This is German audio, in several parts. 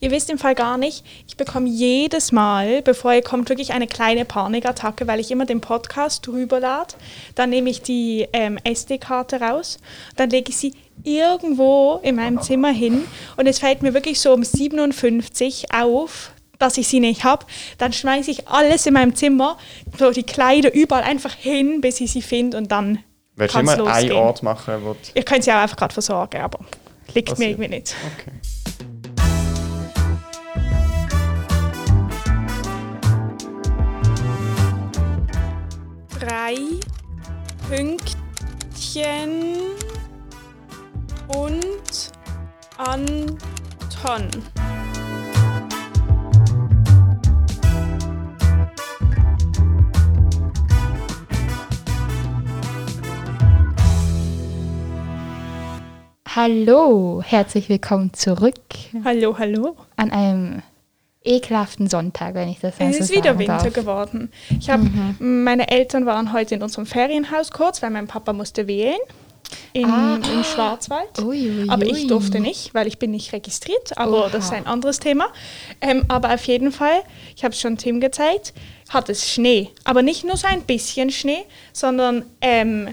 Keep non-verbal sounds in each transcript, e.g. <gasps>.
Ihr wisst im Fall gar nicht, ich bekomme jedes Mal, bevor ihr kommt, wirklich eine kleine Panikattacke, weil ich immer den Podcast drüber lade. Dann nehme ich die ähm, SD-Karte raus, dann lege ich sie irgendwo in meinem Zimmer hin und es fällt mir wirklich so um 57 auf, dass ich sie nicht habe. Dann schmeiße ich alles in meinem Zimmer, so die Kleider überall einfach hin, bis ich sie finde und dann Willst du kann's immer einen losgehen. Ort machen, wo du... Ihr könnt sie auch einfach gerade versorgen, aber liegt mir Passiert. irgendwie nicht. Okay. drei Pünktchen und Anton. Hallo, herzlich willkommen zurück Hallo, hallo. an einem ekelhaften Sonntag, wenn ich das mal Es so ist wieder sagen Winter darf. Mhm. geworden. Ich habe meine Eltern waren heute in unserem Ferienhaus kurz, weil mein Papa musste wählen in, Ah. im Schwarzwald. Ui, ui, aber ui. ich durfte nicht, weil ich bin nicht registriert. Aber Oha. das ist ein anderes Thema. Ähm, aber auf jeden Fall, ich habe es schon Tim gezeigt, hat es Schnee. Aber nicht nur so ein bisschen Schnee, sondern ähm,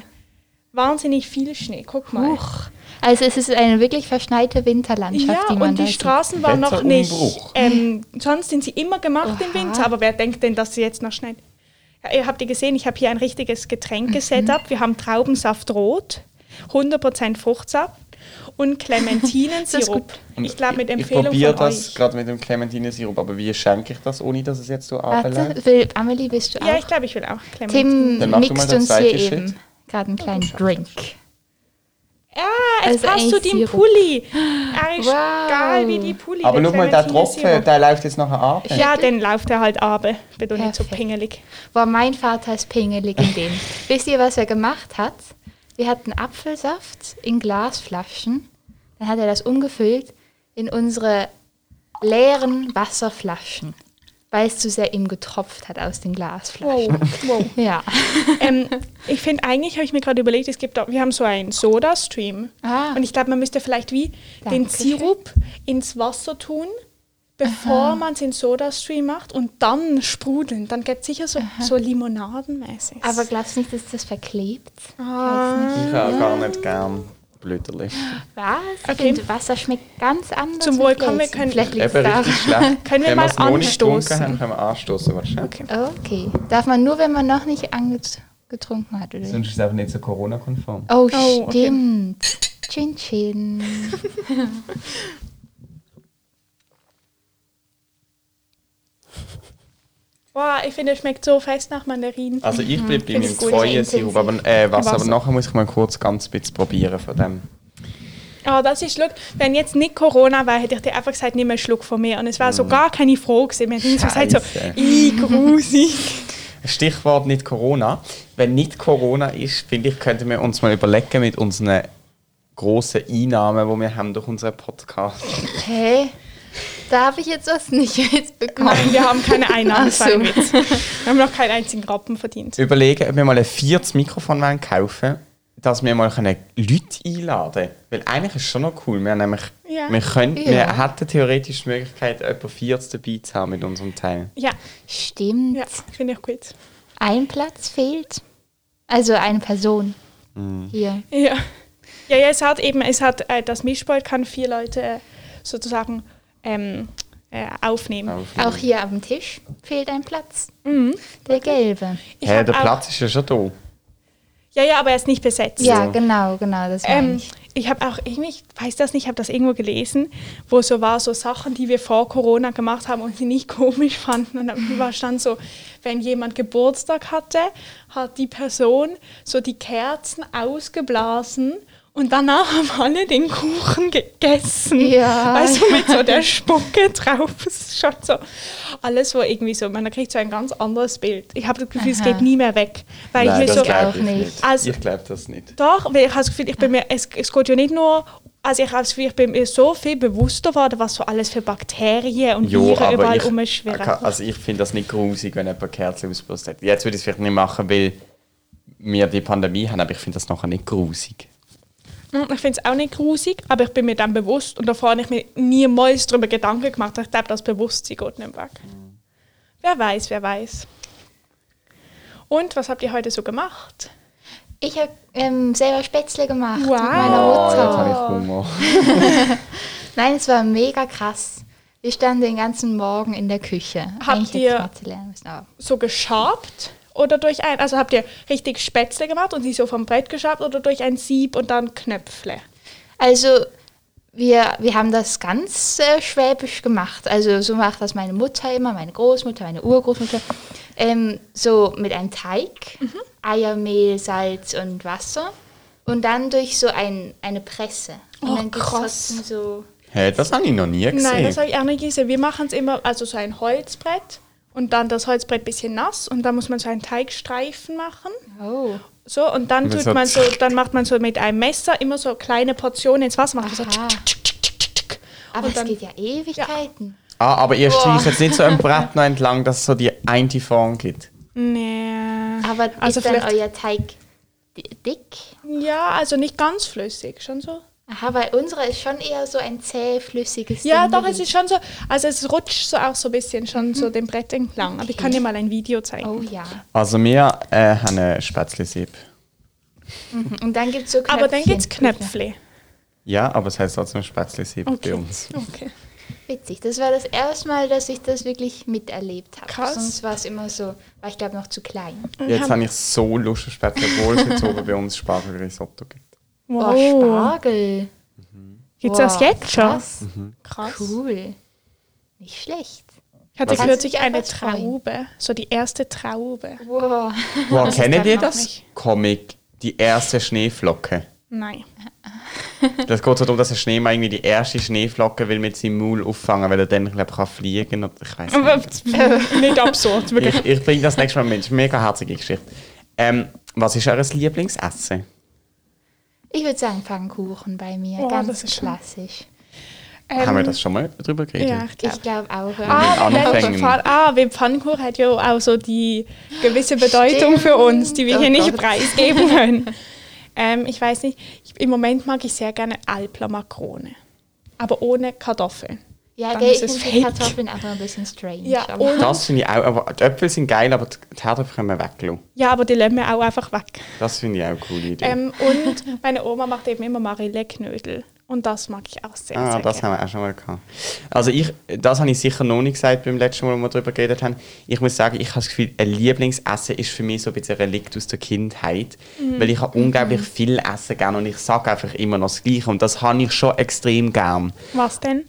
wahnsinnig viel Schnee. Guck mal. Huch. Also es ist eine wirklich verschneite Winterlandschaft, Ja, die man und da die sieht. Straßen waren noch nicht. Wetterumbruch. Ähm, sonst sind sie immer gemacht im Oha. Winter, aber wer denkt denn, dass sie jetzt noch schneit? Ja, ihr habt ihr gesehen, ich habe hier ein richtiges Mhm. Getränke-Setup. Wir haben Traubensaft rot, 100% Fruchtsaft und <laughs> Clementinensirup. Und ich glaube, mit Ich Empfehlung probiere von das euch. gerade mit dem Clementinensirup, aber wie schenke ich das, ohne dass es jetzt so abläuft? Warte, will, Amelie, willst du Ja, auch? ich glaube, ich will auch Clementin. Tim Dann mach du mal mixt das uns hier Side-Dish eben jetzt. gerade einen kleinen Drink. Ah, es Also passt zu eigentlich dem Sirup. Pulli. <gasps> Er ist Wow. geil wie die Pulli. Aber der schau mal, der Tropfen, Clementinensirup. der läuft jetzt nachher ab. Ja, dann läuft er halt runter. Bin doch nicht so Perfekt. pingelig. Boah, mein Vater ist pingelig in <laughs> dem. Wisst ihr, was er gemacht hat? Wir hatten Apfelsaft in Glasflaschen. Dann hat er das umgefüllt in unsere leeren Wasserflaschen, weil es zu sehr ihm getropft hat aus den Glasflaschen. Wow, <laughs> wow. Ja. ähm, ich finde, eigentlich habe ich mir gerade überlegt, es gibt auch, wir haben so einen Soda-Stream. Ah. Und ich glaube, man müsste vielleicht wie den Dankeschön. Sirup ins Wasser tun, bevor man es in Soda-Stream macht und dann sprudeln. Dann gibt es sicher so, so Limonadenmäßig. Aber <laughs> glaubst du nicht, dass das verklebt? Ich habe gar nicht gern Blüterli. Was? Ich Okay. finde, Wasser schmeckt ganz anders. Zum im Wohl, komm, wir Gläschen. können- Vielleicht liegt Eben richtig es <laughs> schlecht. Können wir wenn mal es noch nicht getrunken anstoßen? haben, können wir anstoßen wahrscheinlich. Okay. Darf man nur, wenn man noch nicht angetrunken hat, oder? Sonst ist es einfach nicht so Corona-konform. Oh, Oh, okay. stimmt. Chin Chin. Boah, ich finde, es schmeckt so fest nach Mandarinen. Also ich bleibe bei Mhm. Finde meinem ich gut, sehr Feuersirup, aber äh, was, aber Wasser. nachher muss ich mal kurz ganz bisschen probieren von dem. Ah, das ist, schau, wenn jetzt nicht Corona wäre, hätte ich dir einfach gesagt, nimm einen Schluck von mir. Und es war so gar keine Frage gewesen. Wir hätten so gesagt, so, Scheisse. i, <laughs> grusig. Stichwort nicht Corona. Wenn nicht Corona ist, finde ich, könnten wir uns mal überlegen mit unseren grossen Einnahmen, die wir haben durch unseren Podcast. Hä? Darf ich jetzt was nicht mitbekommen? Nein, wir haben keine Einnahmen, das war ein Ach Witz. Wir haben noch keinen einzigen Rappen verdient. Überlegen, ob wir mal ein viertes Mikrofon wollen kaufen wollen, dass wir mal können Leute einladen können. Weil eigentlich ist es schon noch cool. Wir, haben nämlich, Ja. wir, können, wir Ja. hätten theoretisch die Möglichkeit, etwa 40 dabei zu haben mit unserem Teil. Ja, Stimmt. ja, finde ich gut. Ein Platz fehlt. Also eine Person. Mhm. Hier. Ja. Ja, ja, es hat eben, es hat, äh, das Mischpult kann vier Leute äh, sozusagen ähm, äh, aufnehmen. Auch hier am Tisch fehlt ein Platz. Mhm. Der gelbe. Ich Hä, hab der auch- Platz ist ja schon da. Ja, ja, aber er ist nicht besetzt. Ja, genau, genau, das meine Ähm, ich. ich habe auch irgendwie, ich weiß das nicht, ich habe das irgendwo gelesen, wo so war, so Sachen, die wir vor Corona gemacht haben und die nicht <laughs> komisch fanden. Und dann war stand so, wenn jemand Geburtstag hatte, hat die Person so die Kerzen ausgeblasen und danach haben alle den Kuchen gegessen. Ja. Weißt du, mit so der Spucke drauf. Es ist schon so alles, wo irgendwie so, man kriegt so ein ganz anderes Bild. Ich habe das Gefühl, es Aha. geht nie mehr weg. Weil Nein, ich mir das so, glaub glaube auch ich nicht. nicht. Also- ich glaube das nicht. doch, weil ich habe das Gefühl, ich bin mir, es, es geht ja nicht nur, also ich habe das Gefühl, ich bin mir so viel bewusster geworden, was so alles für Bakterien und Jo, Viren aber überall ich, rumschwirren. ka- also ich finde das nicht grusig, wenn jemand Kerzen ausbläst hat. Jetzt würde ich es vielleicht nicht machen, weil wir die Pandemie haben, aber ich finde das nachher nicht grusig. Hm, Ich finde es auch nicht grusig, aber ich bin mir dann bewusst und davor habe ich mir niemals darüber Gedanken gemacht. Ich glaube, das Bewusstsein geht nicht weg. Wer weiß, wer weiß. Und was habt ihr heute so gemacht? Ich habe ähm, selber Spätzle gemacht Wow. mit meiner Oh, jetzt Mutter. habe ich Hunger. Nein, es war mega krass. Wir standen den ganzen Morgen in der Küche. Habt Eigentlich hätte ihr- ich Mathe lernen müssen, aber So geschabt oder durch ein. Also habt ihr richtig Spätzle gemacht und sie so vom Brett geschabt oder durch ein Sieb und dann Knöpfle? Also wir, wir haben das ganz äh, schwäbisch gemacht. Also so macht das meine Mutter immer, meine Großmutter, meine Urgroßmutter. Ähm, so mit einem Teig, Mhm. Eier, Mehl, Salz und Wasser. Und dann durch so ein, eine Presse. Und Oh, dann gibt's krass. trotzdem so. Hey, das habe ich noch nie gesehen. Nein, das habe ich auch nicht gesehen. Wir machen es immer, also so ein Holzbrett und dann das Holzbrett ein bisschen nass und dann muss man so einen Teigstreifen machen. Oh. So, und dann Und tut so man so, dann macht man so mit einem Messer immer so kleine Portionen ins Wasser, macht man so Aha. tschuk, tschuk, tschuk, tschuk, tschuk, tschuk. Aber Und es dann- geht ja Ewigkeiten. Ah, aber ihr Boah. streicht jetzt nicht so <laughs> ein Brett noch entlang, dass es so die eine Form gibt. Nee. Aber also ist dann vielleicht, euer Teig di- dick? ja, also nicht ganz flüssig, schon so. Aha, weil unsere ist schon eher so ein zähflüssiges Ja, Ding doch, es gewesen. ist schon so, also es rutscht so auch so ein bisschen schon so dem Brett entlang. Aber ich kann dir mal ein Video zeigen. Hm. Oh ja. Also wir äh, haben ein Spätzlesieb. Und dann gibt es so Knöpfchen. Aber dann gibt's Knöpfle. Ja, aber es heißt trotzdem Spätzlesieb Okay. bei uns. Okay. Witzig. Das war das erste Mal, dass ich das wirklich miterlebt habe. Krass. Sonst war es immer so, war ich glaube noch zu klein. Jetzt habe ich so Lust auf Spätzle, obwohl es jetzt oben bei uns Spargelrisotto gibt. Wow. Mhm. Oh, Spargel. Gibt's Wow, das jetzt schon? Krass. Krass. Cool. Nicht schlecht. Ich hatte Was ist- kürzlich eine Kannst du dich einfach freuen? Traube, so die erste Traube. Wow. <laughs> Wow, Das kennen ist ihr dann noch das? nicht. Comic, die erste Schneeflocke. Nein. <laughs> Das geht so darum, dass ein Schneemann irgendwie die erste Schneeflocke will mit seinem Maul auffangen, weil er dann glaub, kann fliegen kann. Ich weiß nicht. nicht absurd, wirklich. Ich, ich bringe das nächste Mal mit. Das ist eine Mega herzige Geschichte. Ähm, was ist eures Lieblingsessen? Ich würde sagen Pfannkuchen bei mir. Oh, Ganz das ist schon- klassisch. Haben wir Ähm, das schon mal drüber geredet? Ja, ich Ich glaube. glaube auch. ähm, Ah, Ah, den wir Anfängen. Pfannkuchen- ah, weil Pfannkuchen hat ja auch so die gewisse Bedeutung für uns, die wir Oh hier nicht Gott. preisgeben können. Ähm, ich weiß nicht, ich, im Moment mag ich sehr gerne Alpler Makrone. Aber ohne Kartoffeln. ja, dann gell, ist ich es finde die fake. Kartoffeln einfach ein bisschen strange. Ja, aber- <laughs> und, Das finde ich auch. Aber die Äpfel sind geil, aber die die Herdöpfel können wir weglassen. ja, aber die lassen wir auch einfach weg. Das finde ich auch eine coole Idee. Ähm, und meine Oma macht eben immer Marilleknödel. Und das mag ich auch sehr, ah, sehr das gerne. haben wir auch schon mal gehabt. Also ich, das habe ich sicher noch nicht gesagt beim letzten Mal, wo wir darüber geredet haben. Ich muss sagen, ich habe das Gefühl, ein Lieblingsessen ist für mich so ein bisschen ein Relikt aus der Kindheit, weil ich habe unglaublich viel essen gerne und ich sage einfach immer noch das Gleiche und das habe ich schon extrem gern. Was denn?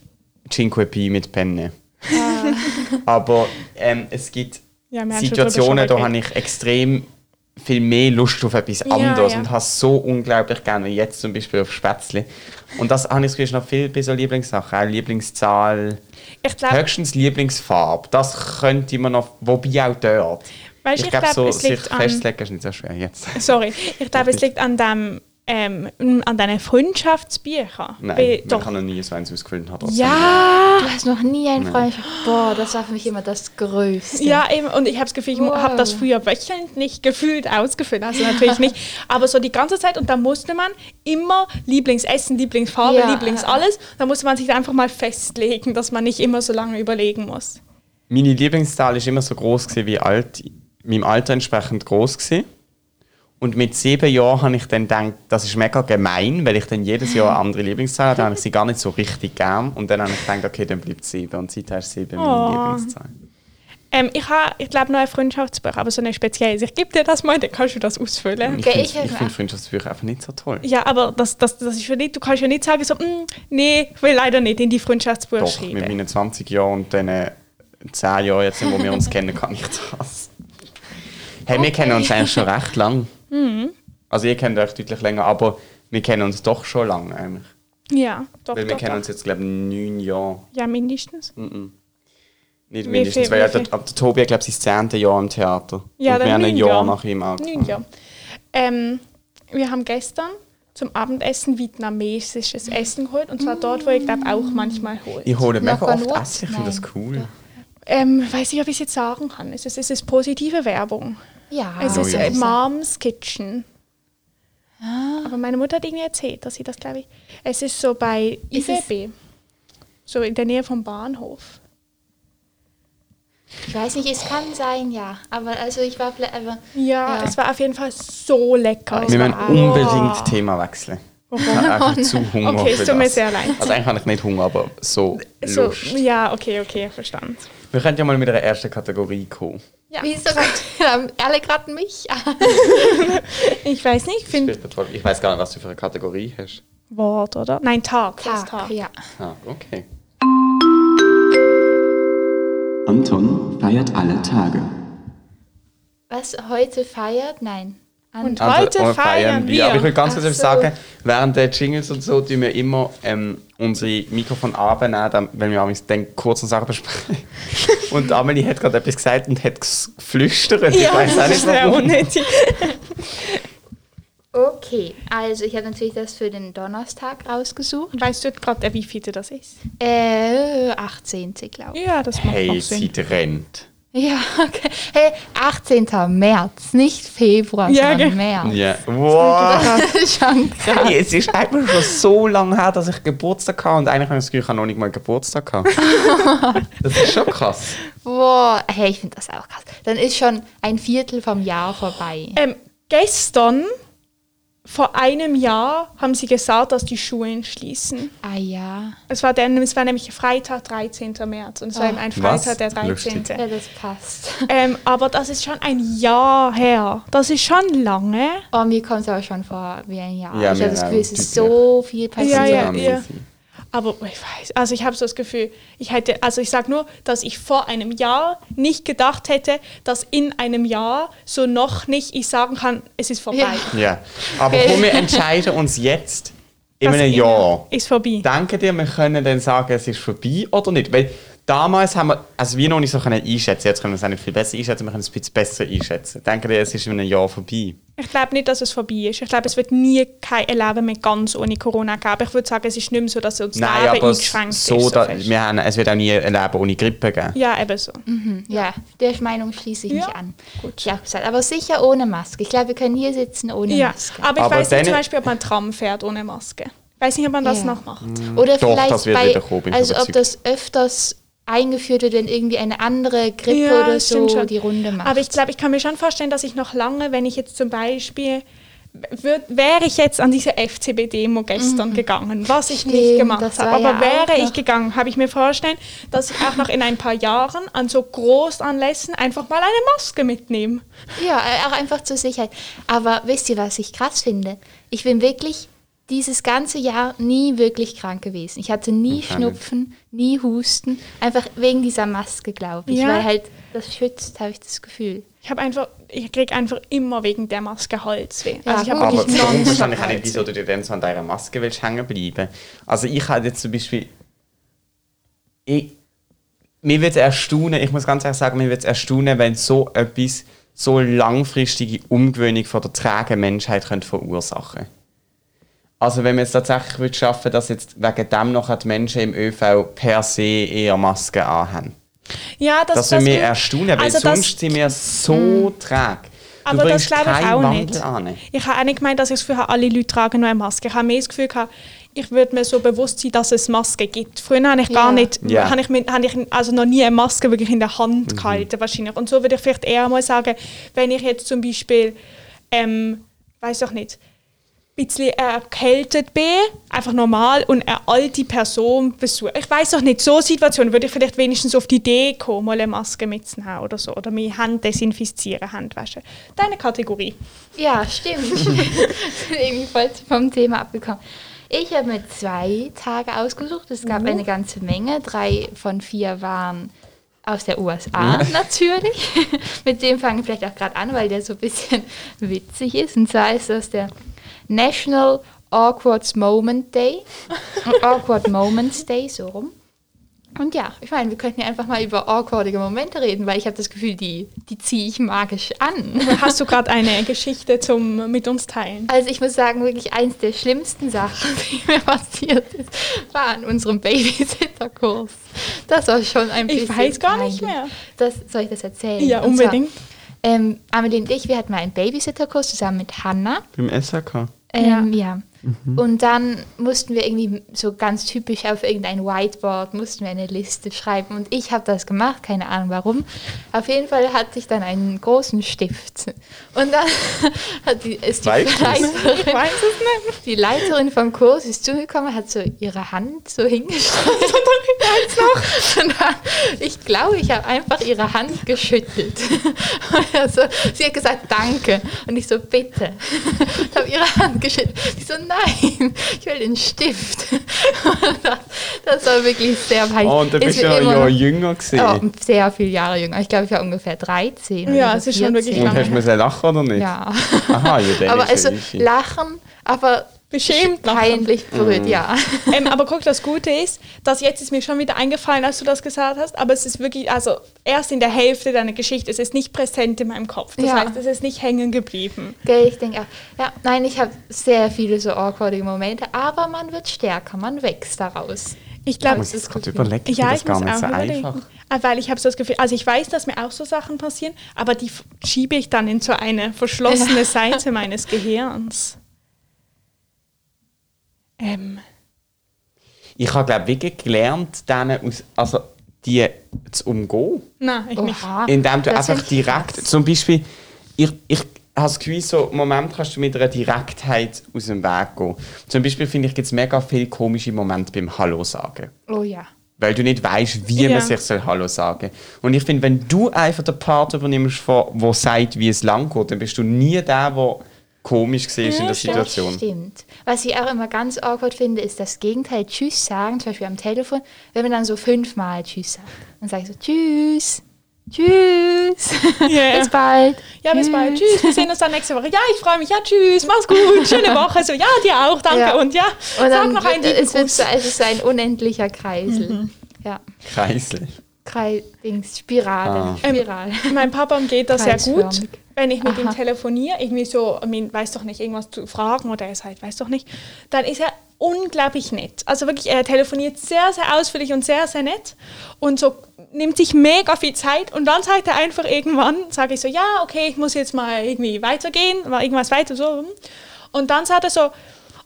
Cinque Pi mit Penne. Ah. Aber ähm, es gibt Ja, wir haben schon drüber Situationen, da schon mal habe ich extrem viel mehr Lust auf etwas anderes ja. und habe es so unglaublich gerne, wie jetzt zum Beispiel auf Spätzle. Und das habe ich das Gefühl, ist noch viel bei so Lieblingssachen, auch Lieblingszahl, Ich glaube, höchstens Lieblingsfarbe, das könnte man noch, wobei auch dort. Weißt, ich ich glaube, glaub, so es sich liegt an- festlegen ist nicht so schwer jetzt. Sorry, ich glaube, es bitte. liegt an dem, ähm, m, an deinen Freundschaftsbüchern. Weil- Nein, weil ich habe noch nie so eins ausgefunden. habe trotzdem. ja, Du hast noch nie einen Freund. Boah, das war für mich immer das Größte. ja eben. Und ich habe das Gefühl, ich Wow. habe das früher wöchelnd nicht gefühlt ausgefüllt. Also natürlich nicht. Aber so die ganze Zeit. Und da musste man immer Lieblingsessen, Lieblingsfarbe, Ja. Lieblings alles. Da musste man sich einfach mal festlegen, dass man nicht immer so lange überlegen muss. Meine Lieblingszahl war immer so groß gewesen, wie alt, meinem Alter entsprechend groß gewesen. Und mit sieben Jahren habe ich dann gedacht, das ist mega gemein, weil ich dann jedes Jahr eine andere Lieblingszahl hatte. Dann habe ich sie gar nicht so richtig gern. Und dann habe ich gedacht, okay, dann bleibt sieben. Und seither ist sieben Oh. meine Lieblingszahl. Ähm, ich habe, ich glaube, noch ein Freundschaftsbuch, aber so eine spezielle. Also Ich gebe dir das mal, dann kannst du das ausfüllen. Ich Okay, finde ich helfe ich mir find auch. Freundschaftsbücher einfach nicht so toll. Ja, aber das, das, das ist ja nicht, du kannst ja nicht sagen, so, «Mm, nee, ich will leider nicht in die Freundschaftsbuch Doch, schreiben. mit meinen 20 Jahren und den äh, 10 Jahren, jetzt, wo wir uns kennen, kann ich das. Hey, wir kennen uns eigentlich schon recht lang. Also ihr kennt euch deutlich länger, aber wir kennen uns doch schon lange eigentlich. ja, doch, Weil wir doch, kennen Mhm. doch. uns jetzt, glaube ich, neun Jahre. Ja, mindestens. Nicht Wie mindestens, viel- weil wie ja der, viel? ab der Tobi, glaube ich, sein zehntes Jahr im Theater. Ja, Und dann wir haben ein neun Jahr Jahre. nach ihm alt. Neun Jahre. Ähm, wir haben gestern zum Abendessen Mhm. vietnamesisches Essen geholt und zwar dort, wo ich glaube auch manchmal hole. Ich hole mega Knock on oft wood? Essen, ich finde das Nein. cool. Ähm, weiß nicht, ob ich es jetzt sagen kann. Es ist, es ist positive Werbung. Ja. es Oh ist ja. Ah. äh, Mom's Kitchen. Aber meine Mutter hat irgendwie erzählt, dass sie das, glaube ich. Es ist so bei Ist es- IVB. So in der Nähe vom Bahnhof. Ich weiß nicht, es kann sein, ja. Aber also ich war vielleicht aber Ja, Ja. es war auf jeden Fall so lecker. Es Wir müssen war- unbedingt Thema wechseln. Ich habe einfach zu Hunger Oh, Okay, es für tut mir das. sehr leid. Also eigentlich habe ich nicht Hunger, aber so, so, Lust. ja, okay, okay, verstanden. Wir könnten ja mal mit einer ersten Kategorie kommen. Ja. Wieso haben alle gerade mich? Ich weiß nicht, ich finde Ich weiß gar nicht, was du für eine Kategorie hast. Wort, oder? Nein, Tag. das ist Tag, ja. Ah, okay. Anton feiert alle Tage. Was heute feiert? Nein. Und- Und Heute oh, feiern wir. Aber ich will ganz Ach kurz etwas so. sagen, während der Jingles und so tun wir immer ähm, unsere Mikrofon abnehmen, dann- wenn wir abends dann kurze Sachen <laughs> besprechen. und Amelie hat gerade etwas gesagt und hat ges- geflüstert. ich Ja, weiß auch das nicht ist sehr warum. unnötig. okay, also ich habe natürlich das für den Donnerstag rausgesucht. <laughs> Weißt du gerade, wie viel das ist? Äh, 18. glaube ich. Ja, das macht Hey, auch sie Sinn. rennt. Ja, okay. Hey, 18. März, nicht Februar, Ja, sondern gell. März. Ja. genau. <laughs> Wow. <laughs> Schon krass. Hey, es ist eigentlich schon so lange her, dass ich Geburtstag hatte und eigentlich habe ich das Gefühl, ich habe noch nicht mal Geburtstag <laughs> gehabt. das ist schon krass. Boah, hey, ich finde das auch krass. Dann ist schon ein Viertel vom Jahr vorbei. Ähm, gestern, vor einem Jahr, haben sie gesagt, dass die Schulen schließen. Ah ja. Es war, der, es war nämlich Freitag, 13. März. Und es war Ah. eben ein Freitag, Was? der 13. Lustig. Ja, das passt. Ähm, aber das ist schon ein Jahr her. Das ist schon lange. Oh, mir kommt es aber schon vor wie ein Jahr. Ja, ich mir habe das auch, Gefühl, es ist deutlich. so viel passiert. Ja, Das ist ja, ja. amazing. Aber ich weiß, also ich habe so das Gefühl, ich hätte, also ich sage nur, dass ich vor einem Jahr nicht gedacht hätte, dass in einem Jahr so noch nicht ich sagen kann, es ist vorbei. Ja. Ja, aber Okay. komm, wir entscheiden uns jetzt in Das einem in- Jahr. Ist genau. vorbei. Denken dir, wir können dann sagen, es ist vorbei oder nicht? Weil damals haben wir, also wir noch nicht so können einschätzen, jetzt können wir es auch nicht viel besser einschätzen, wir können es ein bisschen besser einschätzen. Denken dir, es ist in einem Jahr vorbei. Ich glaube nicht, dass es vorbei ist. Ich glaube, es wird nie kein Leben mehr ganz ohne Corona geben. Ich würde sagen, es ist nicht mehr so, dass uns Nein, das Leben aber es, eingeschränkt ist. so, So da, fest. wir haben, es wird auch nie ein Leben ohne Grippe geben. ja, eben so. Mhm. Ja, der Meinung schließe ich Ja, mich an. gut. Ja, gesagt. Aber sicher ohne Maske. Ich glaube, wir können hier sitzen ohne Ja, Maske. aber ich Aber weiß nicht zum dann- Beispiel, ob man Tram fährt ohne Maske. Ich weiß nicht, ob man das Ja. noch macht. Oder Mhm. Doch, vielleicht das wird bei, wieder kommen, bin ich also ob überzeugt. das öfters eingeführt wird, wenn irgendwie eine andere Grippe Ja, oder das stimmt so schon. die Runde macht. Aber ich glaube, ich kann mir schon vorstellen, dass ich noch lange, wenn ich jetzt zum Beispiel, wür- wäre ich jetzt an diese FCB-Demo gestern gegangen, was ich nicht Mhm. Stimmt, gemacht das habe, war aber ja auch wäre ich noch- gegangen, habe ich mir vorstellen, dass ich auch noch in ein paar Jahren an so Großanlässen einfach mal eine Maske mitnehme. Ja, äh, auch einfach zur Sicherheit. Aber wisst ihr, was ich krass finde? Ich bin wirklich dieses ganze Jahr nie wirklich krank gewesen. Ich hatte nie kann Schnupfen, nie Husten, einfach wegen dieser Maske, glaube ich. Ja. Weil halt das schützt, habe ich das Gefühl. Ich habe einfach, ich kriege einfach immer wegen der Maske Halsweh. Ja, Also ich habe gut. Aber wirklich darum nonstop verstehe ich auch nicht, Halsweh. wieso du dir dann so an deiner Maske willst hängen bleiben. Also ich habe jetzt zum Beispiel... Ich, mir wird es erstaunen, ich muss ganz ehrlich sagen, mir wird es erstaunen, wenn so etwas, so langfristige Umgewöhnung von der trägen Menschheit könnte verursachen Also wenn wir es tatsächlich würd schaffen dass jetzt wegen dem noch die Menschen im ÖV per se eher Masken anhaben. Ja, das, Das, das würde mich das- erstaunen, weil also das- Hm. sonst sind wir so träge. Du Aber das bringst glaube ich keinen auch Wandel nicht. an. Ich habe auch nicht gemeint, dass ich das Gefühl habe, alle Leute tragen nur eine Maske. Ich habe mehr das Gefühl gehabt, ich würde mir so bewusst sein, dass es Masken gibt. Früher habe ich gar Ja. nicht, Ja. habe ich, mir- habe ich also noch nie eine Maske wirklich in der Hand gehalten wahrscheinlich. Und so würde ich vielleicht eher mal sagen, wenn ich jetzt zum Beispiel, ähm, weiß doch nicht, ein bisschen äh, erkältet bin, einfach normal und eine alte Person besuche. Ich weiß doch nicht, so Situationen würde ich vielleicht wenigstens auf die Idee kommen, mal eine Maske mitzunehmen oder so. Oder meine Hände desinfizieren, Hände waschen. Deine Kategorie. Ja, stimmt. Ich bin irgendwie voll vom Thema abgekommen. Ich habe mir zwei Tage ausgesucht. Es gab eine ganze Menge. Drei von vier waren aus der USA natürlich. <laughs> Mit dem fangen wir vielleicht auch gerade an, weil der so ein bisschen witzig ist. Und zwar ist das der National Awkward Moment Day. Awkward Moments Day, so rum. Und ja, ich meine, wir könnten ja einfach mal über awkwardige Momente reden, weil ich habe das Gefühl, die, die ziehe ich magisch an. Hast du gerade eine Geschichte zum mit uns teilen? Also ich muss sagen, wirklich eins der schlimmsten Sachen, <laughs> die mir passiert ist, war an unserem Babysitterkurs. Das war schon ein Ich bisschen weiß gar nicht peinlich. mehr. Das, soll ich das erzählen? Ja, Und zwar, unbedingt. Ähm, Amelie und ich, wir hatten mal einen Babysitterkurs zusammen mit Hanna. Beim SAK. Ähm, ja. Und dann mussten wir irgendwie so ganz typisch auf irgendein Whiteboard, mussten wir eine Liste schreiben. Und ich habe das gemacht, keine Ahnung warum. Auf jeden Fall hatte ich dann einen großen Stift. Und dann <laughs> hat die, ist die Weißt du's? Ich weiß es nicht. die Leiterin vom Kurs ist zugekommen, hat so ihre Hand <laughs> so hingestellt. Und dann, ich glaube, ich habe einfach ihre Hand geschüttelt. <laughs> Und also, sie hat gesagt, danke. Und ich so, bitte. Ich habe ihre Hand geschüttelt. Sie so, nein, ich will den Stift. <laughs> Und das, das war wirklich sehr peinlich. Oh, und dann Ist bist du mir ja immer noch noch- jünger gewesen. Ja, sehr viele Jahre jünger. Ich glaube, ich war ungefähr 13. Ja, oder es ist schon wirklich 14. Und hast du müssen lachen oder nicht? Ja. Aha, ja, dann <laughs> aber ist also ja easy. lachen, aber Beschämt lachen. peinlich berührt, <laughs> Mhm. ja. ähm, aber guck, das Gute ist, dass jetzt ist mir schon wieder eingefallen, als du das gesagt hast, aber es ist wirklich, also erst in der Hälfte deiner Geschichte, es ist nicht präsent in meinem Kopf. Das Ja. heißt, es ist nicht hängen geblieben. Gell, ich denke auch. Ja, nein, ich habe sehr viele so awkwardige Momente, aber man wird stärker, man wächst daraus. Ich glaube, muss es ist jetzt gerade überlegen, ich Ja, finde ich das gar muss nicht auch so überlegen. einfach. Ah, Weil ich habe so das Gefühl, also ich weiß, dass mir auch so Sachen passieren, aber die f- schiebe ich dann in so eine verschlossene Ja. Seite meines Gehirns. Ähm, Ich habe, glaube ich, wirklich gelernt, denen aus, also, die zu umgehen. nein, ich nicht. Oha. Indem du Ah, das einfach find ich direkt, krass. zum Beispiel, ich, ich habe das Gefühl, so, im Moment kannst du mit einer Direktheit aus dem Weg gehen. Zum Beispiel finde ich, gibt es mega viele komische Momente beim Hallo sagen. Oh ja. Weil du nicht weißt, wie Ja. man sich soll Hallo sagen Und ich finde, wenn du einfach den Part übernimmst, von- wo sagt, wie es lang geht, dann bist du nie der, der komisch war in der Das Situation. stimmt. Was ich auch immer ganz awkward finde, ist das Gegenteil, Tschüss sagen, zum Beispiel am Telefon, wenn man dann so fünfmal Tschüss sagt. Dann sage ich so Tschüss, Tschüss, <laughs> Ja. <laughs> bis bald. Ja, bis bald. Tschüss, wir sehen uns dann nächste Woche. Ja, ich freue mich. Ja, tschüss, mach's gut. <laughs> Schöne Woche. So, ja, dir auch, danke. Ja. Und ja, Und sag dann noch noch einen lieben es, wird Gruß. so, es ist ein unendlicher Kreisel. Ja, Kreisel. Kreis, Dings, Spirale, Ah. Ähm, Spirale. Mein Papa geht das sehr gut, Kreisförmig. wenn ich mit ihm Aha. telefoniere, irgendwie so, ich mein, weiß doch nicht, irgendwas zu fragen oder er sagt, weiß doch nicht, dann ist er unglaublich nett. Also wirklich, er telefoniert sehr, sehr ausführlich und sehr, sehr nett und so nimmt sich mega viel Zeit und dann sagt er einfach irgendwann, sage ich so, ja, okay, ich muss jetzt mal irgendwie weitergehen, mal irgendwas weiter so und dann sagt er so,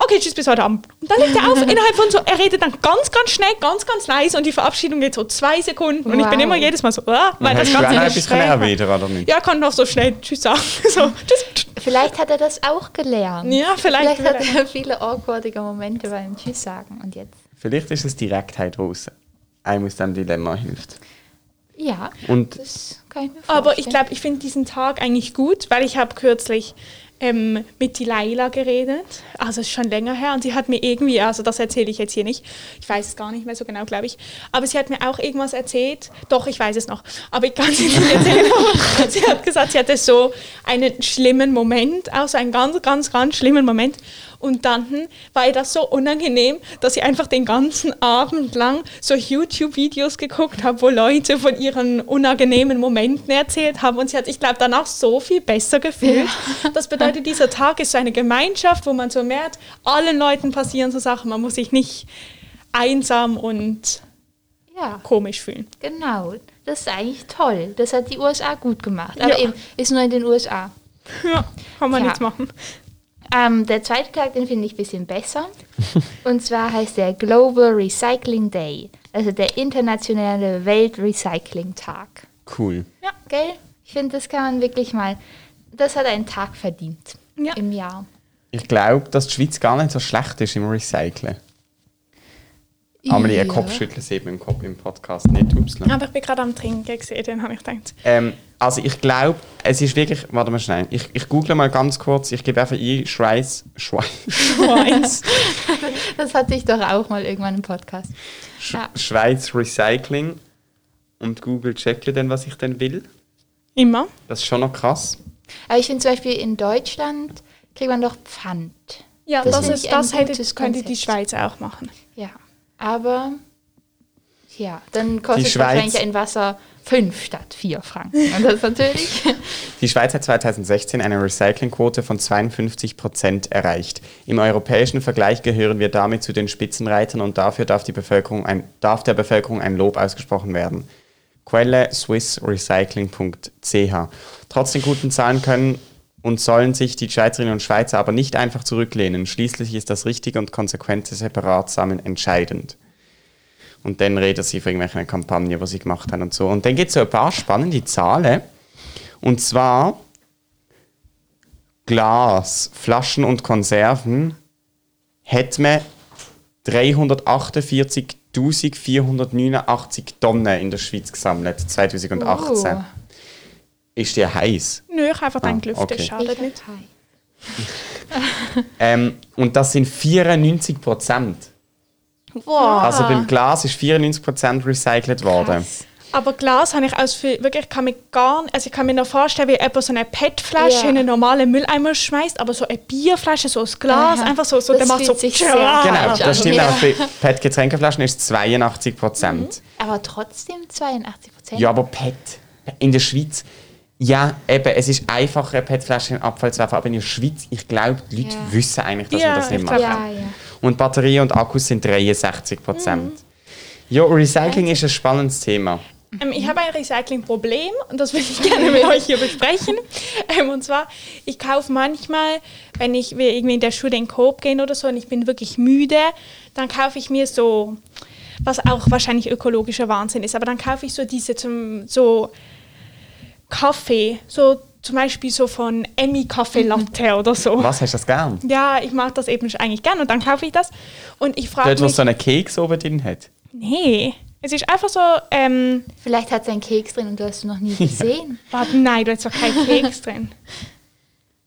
okay, tschüss, bis heute Abend. Und dann legt er auf, <laughs> innerhalb von so, er redet dann ganz, ganz schnell, ganz, ganz leise und die Verabschiedung geht so zwei Sekunden und ich bin Wow. immer jedes Mal so, ah, weil Und das hast du auch ganze noch etwas Gespräch erwidern oder nicht? ja, kann noch so schnell <laughs> Tschüss sagen. So, tschüss. Vielleicht hat er das auch gelernt. Ja, vielleicht Vielleicht hat will er viele awkwardige Momente beim Tschüss sagen. Und jetzt? Vielleicht ist es Direktheit raus. Einem aus diesem Dilemma hilft. Ja, Und- das kann ich mir vorstellen. Aber ich glaube, ich finde diesen Tag eigentlich gut, weil ich habe kürzlich ähm, mit die Laila geredet. Also es ist schon länger her und sie hat mir irgendwie, also das erzähle ich jetzt hier nicht, ich weiß es gar nicht mehr so genau, glaube ich, aber sie hat mir auch irgendwas erzählt. Doch, ich weiß es noch, aber ich kann es Ihnen nicht erzählen. sie hat gesagt, sie hatte so einen schlimmen Moment, also einen ganz, ganz, ganz schlimmen Moment. Und dann hm, war ihr das so unangenehm, dass sie einfach den ganzen Abend lang so YouTube-Videos geguckt hat, wo Leute von ihren unangenehmen Momenten erzählt haben. Und sie hat, ich glaube, danach so viel besser gefühlt. Das bedeutet, dieser Tag ist so eine Gemeinschaft, wo man so merkt, allen Leuten passieren so Sachen. Man muss sich nicht einsam und Ja, komisch fühlen. genau. Das ist eigentlich toll. Das hat die USA gut gemacht. Aber Ja. eben, ist nur in den USA. Ja, kann man Tja. nichts machen. Ähm, der zweite Tag, den finde ich ein <laughs> bisschen besser. Und zwar heißt der Global Recycling Day. Also der internationale Weltrecycling-Tag. Cool. Gell? Ich finde, das kann man wirklich mal... Das hat einen Tag verdient Ja. im Jahr. Ich glaube, dass die Schweiz gar nicht so schlecht ist im Recyceln. Amelie, ein Kopfschütteln sieht man im, Kopf, im Podcast nicht. Upsla. Aber ich bin gerade am Trinken gesehen, den habe ich <laughs> gedacht. Ähm, also ich glaube, es ist wirklich... Warte mal schnell. Ich, ich google mal ganz kurz. Ich gebe einfach ein Schweiz... Schweiz... Schweiz. Das hatte ich doch auch mal irgendwann im Podcast. Sch Ja. Schweiz Recycling. Und Google checkt ja dann, was ich denn will. Immer. Das ist schon noch krass. Aber ich finde zum Beispiel in Deutschland kriegt man doch Pfand. Ja, Das das, finde ist, ich ein das hätte, gutes könnte die Konzept. Schweiz auch machen. Ja. Aber ja, dann kostet Schweiz- wahrscheinlich ein Wasser fünf statt vier Franken. Und das ist <laughs> natürlich. Die Schweiz hat 2016 eine Recyclingquote von 52 Prozent erreicht. Im europäischen Vergleich gehören wir damit zu den Spitzenreitern und dafür darf, die Bevölkerung ein, darf der Bevölkerung ein Lob ausgesprochen werden. Quelle swissrecycling.ch. Trotz den guten Zahlen können und sollen sich die Schweizerinnen und Schweizer aber nicht einfach zurücklehnen. Schließlich ist das richtige und konsequente Separatsammeln entscheidend. Und dann reden sie von irgendwelchen Kampagnen, die sie gemacht haben und so. Und dann gibt es so ein paar spannende Zahlen. Und zwar Glas, Flaschen und Konserven hat man 348.489 Tonnen in der Schweiz gesammelt 2018. Oh. Ist dir heiß? Nö, ich habe einfach Ah, dann gelüftet, okay. schadet Ich nicht. hab Hai. Ähm, und das sind 94 Prozent. Wow. Also beim Glas ist 94 Prozent recycelt worden. Aber Glas habe ich aus viel, wirklich, ich kann mir gar nicht, also ich kann mir noch vorstellen, wie jemand so eine PET-Flasche Ja. in einen normalen Mülleimer schmeißt, aber so eine Bierflasche, so ein Glas, Aha. einfach so, so Das der macht so. fühlt sich sehr- Genau, Ah, das stimmt ja. auch. Bei PET-Getränkeflaschen ist es 82 Prozent. Aber trotzdem 82 Prozent. Ja, aber PET in der Schweiz. Ja, eben, es ist einfacher, eine PET-Flasche in den Abfall zu werfen, aber in der Schweiz, ich glaube, die Leute Ja. wissen eigentlich, dass Ja, man das nicht ich macht. glaub- ja, ja. Und Batterien und Akkus sind 63 Prozent. Ja, Recycling ist ein spannendes Thema. Ähm, ich habe ein Recycling-Problem und das will ich gerne mit euch hier besprechen. Ähm, und zwar, ich kaufe manchmal, wenn ich wir irgendwie in der Schule in den Coop gehen oder so und ich bin wirklich müde, dann kaufe ich mir so, was auch wahrscheinlich ökologischer Wahnsinn ist, aber dann kaufe ich so diese zum, so Kaffee, so zum Beispiel so von Emmy Kaffee Latte oder so. Was hast du das gern? Ja, ich mag das eben eigentlich gern und dann kaufe ich das und ich frage Dort, wo mich, es so einen Keks oben drin hat. nee, es ist einfach so, ähm, Vielleicht hat es einen Keks drin und du hast ihn noch nie gesehen. warte, nein, da ist doch kein Keks drin.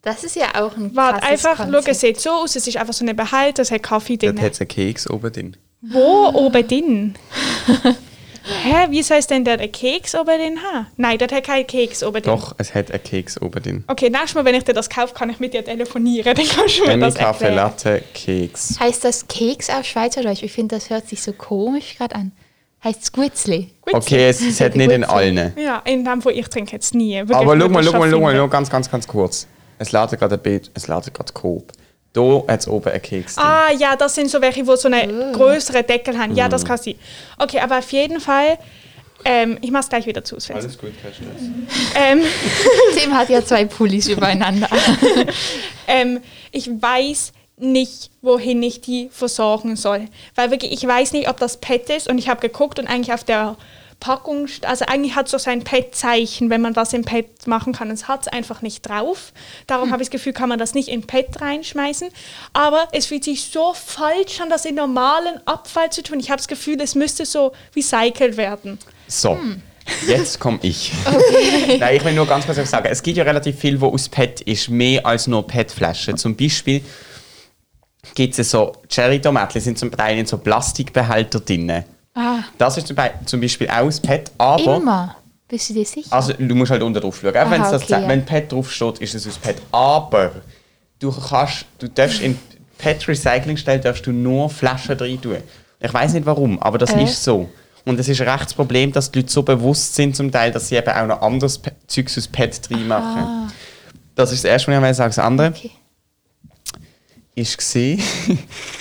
Das ist ja auch ein Warte, krasses einfach, schau, es Konzept. sieht so aus, es ist einfach so ein Behalt, es hat Kaffee drin. es einen Keks oben drin. Wo oben drin? Hä, wie soll es denn der Keks oben drin haben? Nein, dort hat kein Keks oben drin. Doch, es hat einen Keks oben drin. Okay, nächstes Mal, wenn ich dir das kaufe, kann ich mit dir telefonieren, <laughs> dann kannst du mir Emmy, das Kaffee, erklären. Latte, Keks. Heißt das Keks auf Schweizerdeutsch? Ich finde, das hört sich so komisch gerade an. Heißt es Guitzli? <laughs> Gut, Okay, es, es hat nicht in allen. Ja, in dem, wo ich trinke, jetzt nie. Wirklich, Aber ich schau muss mal, das schau schon mal, schau mal, finden. schau ganz, ganz, ganz kurz. Es ladet gerade ein Bild, es ladet gerade Coop. Da hat es oben einen Keks. drin. Ah, ja, das sind so welche, die so einen größeren Deckel haben. Ja, Mhm. das kann sein. Okay, aber auf jeden Fall, ähm, ich mache es gleich wieder zu, Sven. gut, kein <laughs> Stress. Ähm, Tim hat ja zwei <laughs> Pullis übereinander. ähm, ich weiß nicht, wohin ich die versorgen soll. Weil wirklich, ich weiß nicht, ob das PET ist und ich habe geguckt und eigentlich auf der Packung, st- also eigentlich hat es so sein PET-Zeichen, wenn man was im PET machen kann. Es hat es einfach nicht drauf. Darum habe ich das Gefühl, kann man das nicht in PET reinschmeißen. Aber es fühlt sich so falsch an, das in normalen Abfall zu tun. Ich habe das Gefühl, es müsste so recycelt werden. So, Hm. jetzt komme ich. <laughs> Nein, ich will nur ganz kurz etwas sagen. Es gibt ja relativ viel, wo aus PET ist, mehr als nur PET-Flaschen. Zum Beispiel gibt es so Cherry-Tomaten, sind zum Teil in so Plastikbehälter drin. Ah. Das ist zum Bei- zum Beispiel auch aus PET, aber... Immer. Bist du dir sicher? Also du musst halt unten drauf schauen. Auch Aha, wenn's das okay, ja. Wenn PET draufsteht, ist es aus PET. Aber du kannst, du darfst in PET Recycling Stelle darfst du nur Flaschen rein tun. Ich weiß nicht warum, aber das Äh. ist so. Und es ist ein rechtes Problem, dass die Leute so bewusst sind zum Teil, dass sie eben auch noch anderes Pe- Zeugs aus PET reinmachen. Ah. machen. Das ist das erste, was ich einmal sage. Das andere Okay. ist gesehen. <laughs>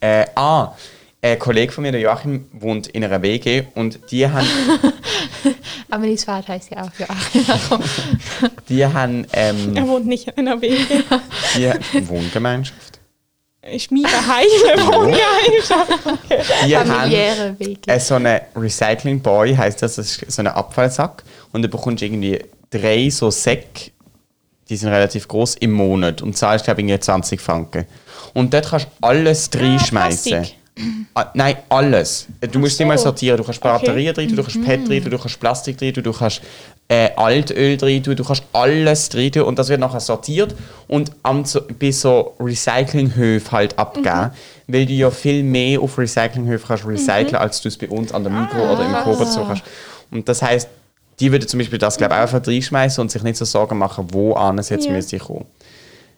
äh, ah, ein Kollege von mir, der Joachim, wohnt in einer WG und die haben Amelies Vater heißt ja auch Joachim. die haben ähm, Er wohnt nicht in einer Wege. <laughs> die Wohngemeinschaft. Ich miete <laughs> Heime, Wohngeheim. Die haben Familiäre Wege. äh, so einen Recycling Boy, heißt das, das ist so einen Abfallsack. Und du bekommst irgendwie drei so Säcke, die sind relativ groß, im Monat. Und zahlst, glaube ich, irgendwie 20 Franken. Und dort kannst du alles Ah, reinschmeißen. Plastik. Ah, nein, alles. Du musst immer sortieren. Du kannst Batterien rein, tun, du kannst PET rein, tun, du kannst Plastik rein, tun, du kannst äh, Altöl rein, tun, du kannst alles rein tun und das wird nachher sortiert und an so, bei so Recyclinghöfen halt abgeben, weil du ja viel mehr auf Recyclinghöfen kannst recyceln, als du es bei uns an der Mikro oder im Kobold so kannst. Und das heißt, die würde zum Beispiel das, glaube ich, einfach reinschmeißen und sich nicht so Sorgen machen, wo an es jetzt Ja. müsste ich kommen.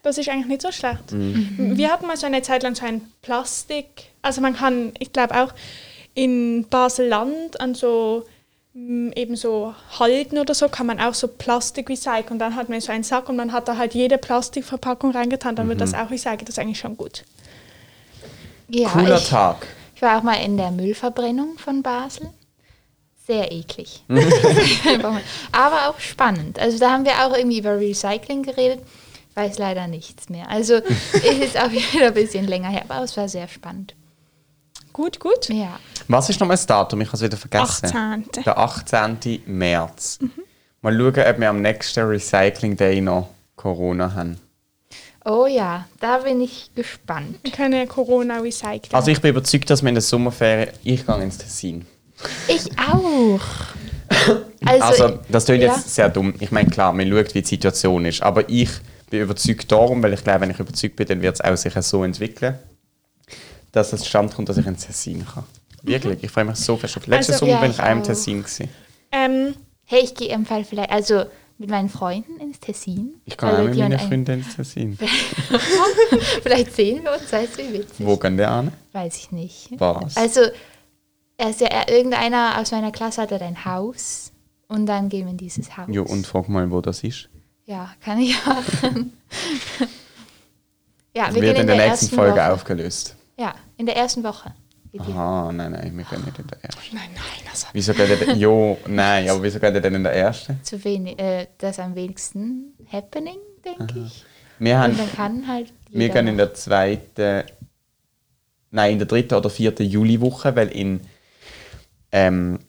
Das ist eigentlich nicht so schlecht. Mhm. Wir hatten mal so eine Zeit lang so ein Plastik. Also man kann, ich glaube auch in Basel-Land an so mm, eben so Halten oder so kann man auch so Plastik recyceln. Und dann hat man so einen Sack und man hat da halt jede Plastikverpackung reingetan. Dann wird das Mhm. auch recycelt. Das ist eigentlich schon gut. ja, <laughs> Cooler ich, Tag. ich war auch mal in der Müllverbrennung von Basel. sehr eklig. Mhm. <laughs> Aber auch spannend. Also da haben wir auch irgendwie über Recycling geredet. Ich weiß leider nichts mehr. <laughs> Also ist jetzt auch wieder ein bisschen länger her, aber es war sehr spannend. Gut, gut. Ja. Was ist nochmal das Datum? Ich habe es wieder vergessen. 18.. Der 18. März. Mal schauen, ob wir am nächsten Recycling Day noch Corona haben. Oh ja, da bin ich gespannt. Wir können Corona recyceln. Also ich bin überzeugt, dass wir in der Sommerferien... Ich gehe ins Tessin. Ich auch. Also, das klingt ja. jetzt sehr dumm. Ich meine, klar, man schaut, wie die Situation ist. Aber ich bin überzeugt darum, weil ich glaube, wenn ich überzeugt bin, dann wird es auch sich so entwickeln, dass es zustande kommt, dass ich ins Tessin kann. Wirklich, ich freue mich so fest. auf- Letzten Also, Sommer ja, bin ich ich auch im auch. Tessin. Gewesen. ähm, Hey, ich gehe im Fall vielleicht, also mit meinen Freunden ins Tessin. Ich kann Also auch mit die haben meinen ein- Freunden ins Tessin. <laughs> Vielleicht sehen wir uns, das wie witzig. Wo gehen die an? Weiß ich nicht. Was? Also, also ja, irgendeiner aus meiner Klasse hatte ein Haus und dann gehen wir in dieses Haus. Ja, und frag mal, wo das ist. Ja, kann ich <laughs> machen. ja, wir wird gehen in der, nächsten ersten Folge Woche. aufgelöst. Ja, in der ersten Woche. geht ihr. Aha, nein, nein, wir gehen nicht in der ersten. nein, nein, also. Wieso geht ihr denn? Jo, nein, aber wieso geht ihr denn in der ersten? Zu wenig, äh, das am wenigsten Happening, denke ich. Wir, haben, Und dann kann halt wir jeder gehen in noch. der zweiten, nein, in der dritten oder vierten Juliwoche, weil in ähm,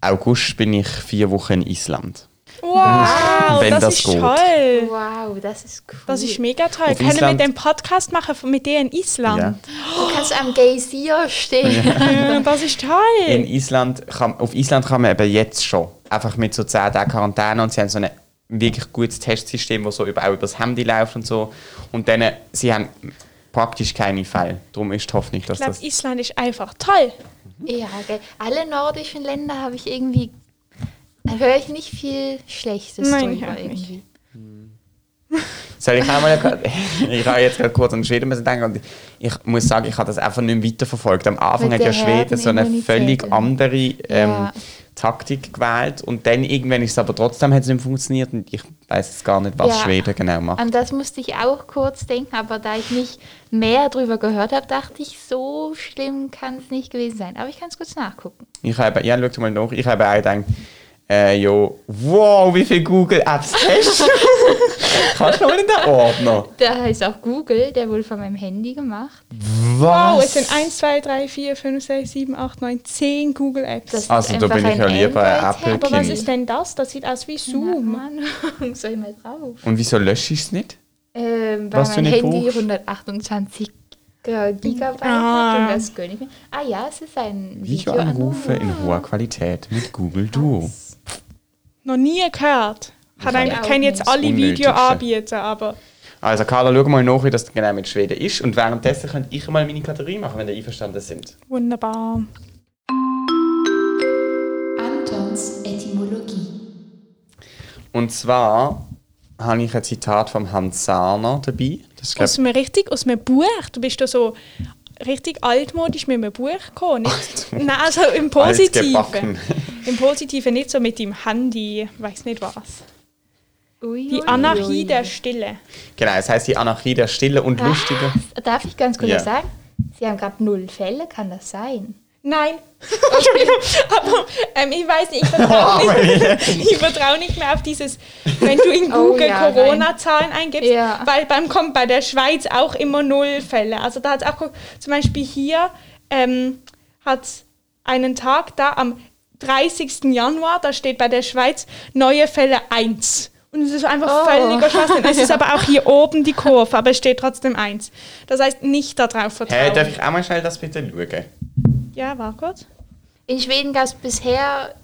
August bin ich vier Wochen in Island. Wow, Wenn das, das ist geht. toll. Wow, das ist cool. Das ist mega toll. Auf Können Island- wir den Podcast machen von- mit dir in Ja. Island? Du kannst am Geysir stehen. Ja. <laughs> Das ist toll. <laughs> In Island kann, auf Island kann man eben jetzt schon einfach mit so 10 Tagen Quarantäne und sie haben so ein wirklich gutes Testsystem, das so über, auch übers Handy läuft und so. Und dann, sie haben praktisch keine Fälle. Darum ist die Hoffnung, dass ich glaube, das... Island ist einfach toll. Ja, gell. alle nordischen Länder habe ich irgendwie, höre ich nicht viel Schlechtes Nein, ich drüber auch nicht. irgendwie. Soll ich auch mal... <laughs> ich habe jetzt gerade kurz an Schweden müssen denken und ich muss sagen, ich habe das einfach nicht mehr weiterverfolgt. Am Anfang hat Mit ja der Schweden so eine Herdenimmunität, völlig ja. andere ähm, Ja. Taktik gewählt und dann irgendwann ist es aber trotzdem hat es nicht funktioniert und ich weiß jetzt gar nicht, was Ja. Schweden genau macht. An das musste ich auch kurz denken, aber da ich nicht mehr drüber gehört habe, dachte ich, so schlimm kann es nicht gewesen sein. Aber ich kann es kurz nachgucken. Ich habe, ja, schau mal nach, ich habe auch gedacht, äh, jo, wow, wie viele Google <laughs> Apps hast du? Kannst du mal in den Ordner? Da ist auch Google, der wurde von meinem Handy gemacht. Wow, es Was? sind 1, 2, 3, 4, 5, 6, 7, 8, 9, 10 Google Apps. Das Also ist da einfach bin ich ja ein lieber ein Android-Handy. Aber was Apple-Kind. ist denn das? Das sieht aus wie Zoom. <laughs> Zoom. Soll ich mal drauf? Und wieso lösche ich es nicht? Ähm, weil Was mein für eine Handy Buch? 128 Ge- Gigabyte hat Ah. und das gönne ich mir. Ah ja, es ist ein Videoanrufe Videoanruf. in hoher Qualität mit Google Duo. Noch nie gehört. Hat Ich eigentlich auch kennen jetzt nicht. alle Unnötigste. Videoanbieter, aber Also Carla, schau mal nach, wie das genau mit Schweden ist und währenddessen könnte ich mal meine Kategorie machen, wenn ihr einverstanden sind. wunderbar. Antons Etymologie. Und zwar habe ich ein Zitat von Hans Sarner dabei. Das ist, glaub, Aus einem richtig, aus einem Buch. Du bist da so richtig altmodisch mit einem Buch gekommen. Nicht? Altmodisch. Nein, also im Positiven. Altgebacken. Im Positiven, nicht so mit dem Handy, weiß nicht was. Ui, Die ui, Anarchie ui. der Stille. genau, es heißt die Anarchie der Stille und Ah. Lustige. Ah, Darf ich ganz kurz Ja. was sagen? Sie haben gerade null Fälle, kann das sein? Nein, <laughs> <laughs> Entschuldigung, aber ähm, ich weiß nicht, ich vertraue Oh, nicht, <laughs> ich vertrau nicht mehr auf dieses, wenn du in Oh, Google ja, Corona-Zahlen eingibst, Ja. weil beim kommt bei der Schweiz auch immer null Fälle. Also da hat es auch, geguckt, zum Beispiel hier ähm, hat einen Tag da am 30. Januar, da steht bei der Schweiz neue Fälle 1. Und es ist einfach Oh. völliger Schwachsinn. Es ist aber auch <laughs> hier oben die Kurve, aber es steht trotzdem 1. Das heißt, nicht darauf vertrauen. Hey, darf ich auch mal schnell das bitte schauen? ja, war gut. In Schweden gab es bisher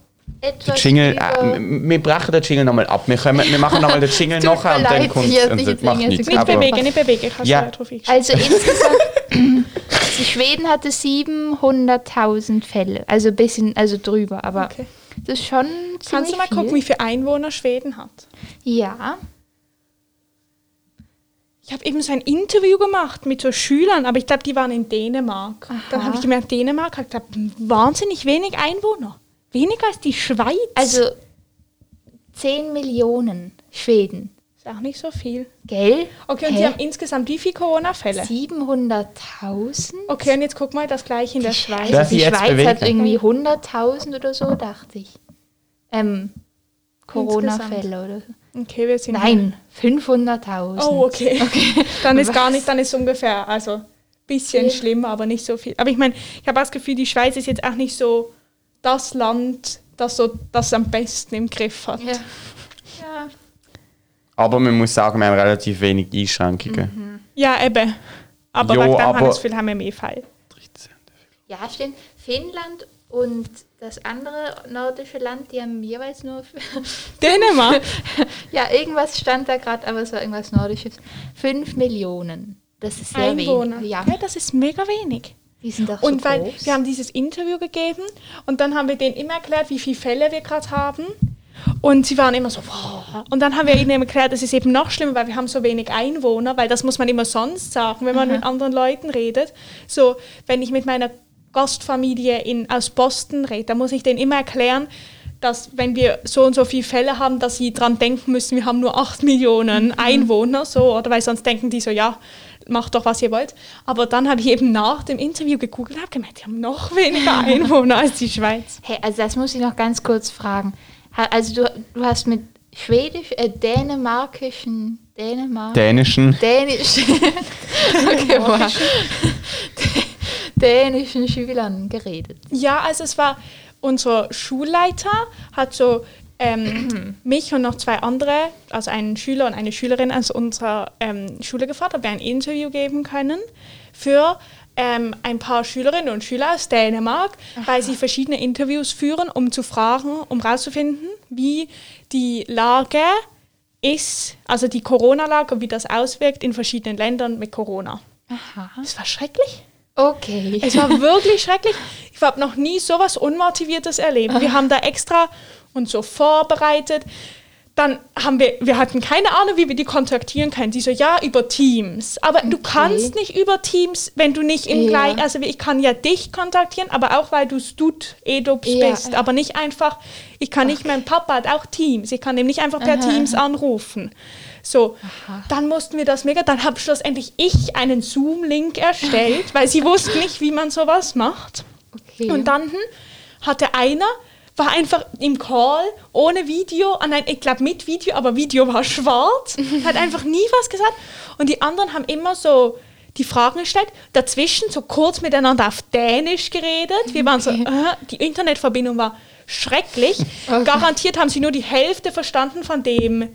Der etwas. Jingle, über- äh, m- wir brechen den Jingle nochmal ab. Wir, können, wir machen <laughs> nochmal den Jingle Tut mir nachher und dann leid, kommt hier, und ich das jetzt macht irgendwie nichts. jetzt Nicht Aber bewegen, nicht bewegen. Kannst Ja. du da drauf einstellen. <laughs> also insgesamt. die Schweden hatte 700.000 Fälle. Also ein bisschen, also drüber, aber Okay. das ist schon. Kannst ziemlich du mal viel. gucken, wie viele Einwohner Schweden hat? Ja. Ich habe eben so ein Interview gemacht mit so Schülern, aber ich glaube, die waren in Dänemark. Dann habe ich gemerkt, Dänemark hat glaub, wahnsinnig wenig Einwohner. Weniger als die Schweiz. Also 10 Millionen Schweden. Ist auch nicht so viel. Gell? Okay, und Hä? die haben insgesamt wie viele Corona-Fälle? 700.000? Okay, und jetzt guck mal das gleiche in der Schweiz. Darf die ich jetzt Schweiz hat bewegen? irgendwie 100.000 oder so, dachte ich. Ähm, Corona-Fälle oder so. Okay, wir sind. Nein, 500.000. Oh, okay. Dann ist gar Was? nicht, dann ist ungefähr, also bisschen Okay. schlimm, aber nicht so viel. Aber ich meine, ich habe das Gefühl, die Schweiz ist jetzt auch nicht so das Land, das so das am besten im Griff hat. <laughs> Ja. ja. Aber man muss sagen, wir haben relativ wenig Einschränkungen. Mhm. Ja, eben. Aber Jo, wegen dem aber- haben wir das Gefühl, haben wir mehr Fall. 13. Ja, stimmt. Finnland und das andere nordische Land, die haben jeweils nur. <laughs> Dänemark? ja, irgendwas stand da gerade, aber es war irgendwas Nordisches. 5 Millionen. Das ist sehr Einwohner. wenig. Ja, ja, das ist mega wenig. die sind doch Und so weil groß. wir haben dieses Interview gegeben und dann haben wir denen immer erklärt, wie viele Fälle wir gerade haben. Und sie waren immer so, wow. Und dann haben wir ihnen eben erklärt, es ist eben noch schlimmer, weil wir haben so wenig Einwohner, weil das muss man immer sonst sagen, wenn man mit anderen Leuten redet. So, wenn ich mit meiner Gastfamilie in, aus Boston rede, dann muss ich denen immer erklären, dass wenn wir so und so viele Fälle haben, dass sie dran denken müssen, wir haben nur 8 Millionen Einwohner, so, oder weil sonst denken die so, ja, macht doch, was ihr wollt. Aber dann habe ich eben nach dem Interview gegoogelt und habe gemerkt, die haben noch weniger Einwohner als die Schweiz. Hey, also das muss ich noch ganz kurz fragen. Ha- Also du, du hast mit schwedisch, äh, dänemarkischen, Dänemark, <laughs> Dänischen. dänisch, okay, wow. dänischen Schülern geredet. Ja, also es war, unser Schulleiter hat so ähm, mich und noch zwei andere, also einen Schüler und eine Schülerin aus unserer ähm, Schule gefragt, ob wir ein Interview geben können für ähm, ein paar Schülerinnen und Schüler aus Dänemark, weil sie verschiedene Interviews führen, um zu fragen, um herauszufinden, wie die Lage ist, also die Corona-Lage und wie das auswirkt in verschiedenen Ländern mit Corona. Aha. Das war schrecklich. Okay. Es war wirklich schrecklich. Ich habe noch nie sowas Unmotiviertes erlebt. Wir haben da extra uns so vorbereitet. Dann haben wir, wir hatten keine Ahnung, wie wir die kontaktieren können. Die so, ja, über Teams. Aber du kannst nicht über Teams, wenn du nicht im Ja. gleichen, also ich kann ja dich kontaktieren, aber auch weil du Stud, Edups Ja. bist. Aber nicht einfach, ich kann nicht, mein Papa hat auch Teams. Ich kann ihm nicht einfach per Teams anrufen. So, dann mussten wir das mega, dann habe schlussendlich ich einen Zoom-Link erstellt, weil <laughs> sie wussten nicht, wie man sowas macht. okay. Und dann hm, hatte einer, war einfach im Call, ohne Video, ah nein, ich glaube mit Video, aber Video war <laughs> schwarz, hat einfach nie was gesagt. Und die anderen haben immer so die Fragen gestellt, dazwischen so kurz miteinander auf Dänisch geredet. Wir waren so, äh, die Internetverbindung war schrecklich. Garantiert haben sie nur die Hälfte verstanden von dem,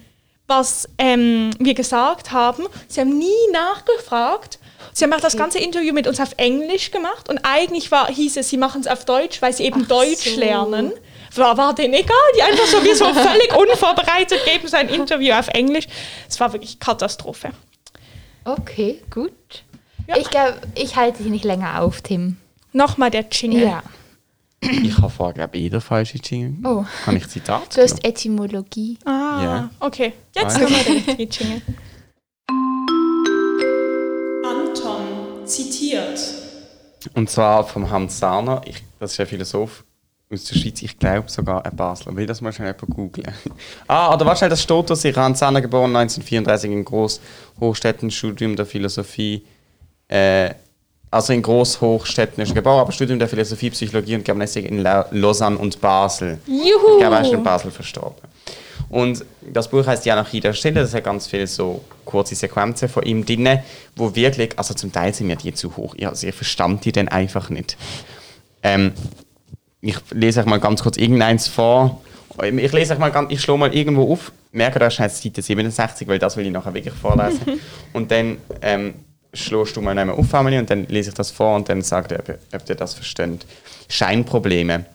was ähm, wir gesagt haben. Sie haben nie nachgefragt. Sie haben auch das ganze Interview mit uns auf Englisch gemacht und eigentlich war, hieß es, sie machen es auf Deutsch, weil sie eben Ach Deutsch so. lernen. War, war denen egal, die einfach so wie so völlig unvorbereitet geben sein Interview auf Englisch. Es war wirklich Katastrophe. okay, gut. Ja. Ich glaube, ich halte dich nicht länger auf, Tim. Nochmal der Jingle. Ja. Ich habe vorher, glaube ich, jeder falsche Jingle. Oh. Kann ich Zitat? Du hast Etymologie. Ah, Ja. okay. Jetzt Okay. haben wir den richtigen Jingle. Anton zitiert. Und zwar vom Hans Sarner, ich, das ist ein Philosoph aus der Schweiz, ich glaube sogar ein Basler. Will das mal schnell jemand googeln? <laughs> ah, oder wahrscheinlich, das steht da, sich Hans Sarner geboren 1934 in Großhochstädten, Studium der Philosophie. Äh, also in Großhochstädten ist er geboren, aber Studium der Philosophie, Psychologie und Germanistik in La Lausanne und Basel. Juhu! Ich glaube, er ist in Basel verstorben. Und das Buch heißt Die Anarchie der Stille. Das hat ganz viele so kurze Sequenzen von ihm drin, wo wirklich, also zum Teil sind mir die zu hoch. Ich- Also ich verstand die dann einfach nicht. Ähm, ich lese euch mal ganz kurz irgendeins vor. Ähm, Ich lese euch mal ganz, ich schlage mal irgendwo auf. Merke, da ist jetzt Seite 67, weil das will ich nachher wirklich vorlesen. und dann ähm, schlägst du mal nicht mehr auf, Amelie, und dann lese ich das vor und dann sagt ihr, ob, ihr- ob ihr das versteht. Scheinprobleme.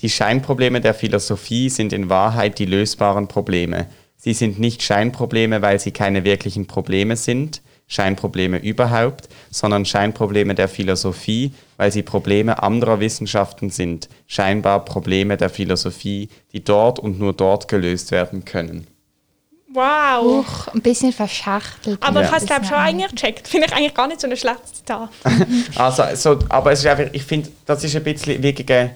Die Scheinprobleme der Philosophie sind in Wahrheit die lösbaren Probleme. Sie sind nicht Scheinprobleme, weil sie keine wirklichen Probleme sind, Scheinprobleme überhaupt, sondern Scheinprobleme der Philosophie, weil sie Probleme anderer Wissenschaften sind, scheinbar Probleme der Philosophie, die dort und nur dort gelöst werden können. Wow! Uch, ein bisschen verschachtelt. Aber Ja. ich habe es, glaube ich, schon eigentlich gecheckt. Finde ich eigentlich gar nicht so eine schlechte Zitat. Also, so, aber es ist einfach, ich finde, das ist ein bisschen wirklich ein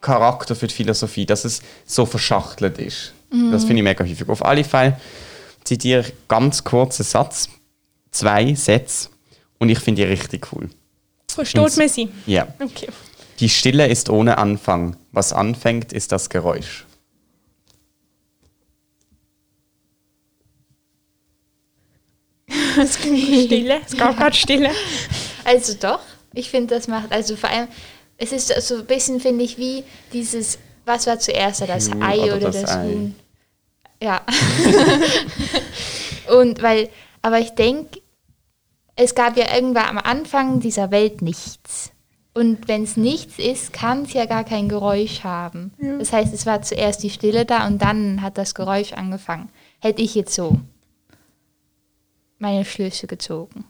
Charakter für die Philosophie, dass es so verschachtelt ist. Das finde ich mega häufig. Auf alle Fälle zitiere ich ganz kurzen Satz, zwei Sätze und ich finde die richtig cool. Versteht man sie? Ja. Okay. Die Stille ist ohne Anfang. Was anfängt, ist das Geräusch. Es ging Stille. Es gab gerade Stille. Also doch, ich finde, das macht, also vor allem, es ist so ein bisschen, finde ich, wie dieses, was war zuerst, da, das Huhn Ei oder oder, das das, Ei? Huhn? Ja. <laughs> Und weil, aber ich denke, es gab ja irgendwann am Anfang dieser Welt nichts. Und wenn es nichts ist, kann es ja gar kein Geräusch haben. Das heißt, es war zuerst die Stille da und dann hat das Geräusch angefangen. Hätte ich jetzt so meine Schlüsse gezogen.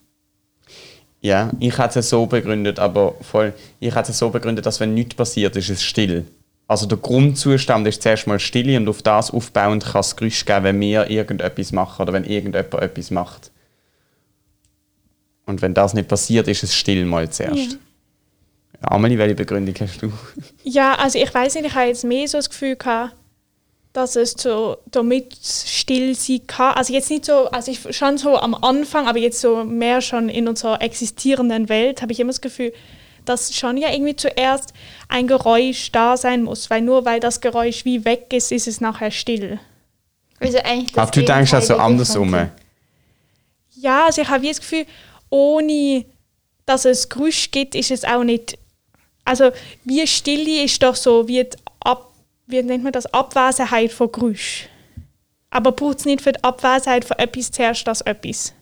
Ja, ich hatte es so begründet, aber voll. Ich hatte es so begründet, dass wenn nichts passiert, ist es still. Also der Grundzustand ist zuerst mal still und auf das aufbauend kann es Geräusch geben, wenn wir irgendetwas machen oder wenn irgendjemand etwas macht. Und wenn das nicht passiert, ist es still mal zuerst. Amelie, welche Begründung hast du? Ja, also ich weiß nicht, ich habe jetzt mehr so das Gefühl gehabt, dass es so damit still sein kann. Also jetzt nicht so, also ich schon so am Anfang, aber jetzt so mehr schon in unserer existierenden Welt habe ich immer das Gefühl, dass schon ja irgendwie zuerst ein Geräusch da sein muss, weil nur weil das Geräusch wie weg ist, ist es nachher still. Also eigentlich das Ach, du denkst also Gegenteilige andersrum. von- Ja, also ich habe wie das Gefühl, ohne dass es Geräusch gibt, ist es auch nicht. Also wie Stille ist doch so wie die Ab, wie nennt man das Abwesenheit von Geräusch. Aber braucht es nicht für die Abwesenheit von etwas zuerst das etwas.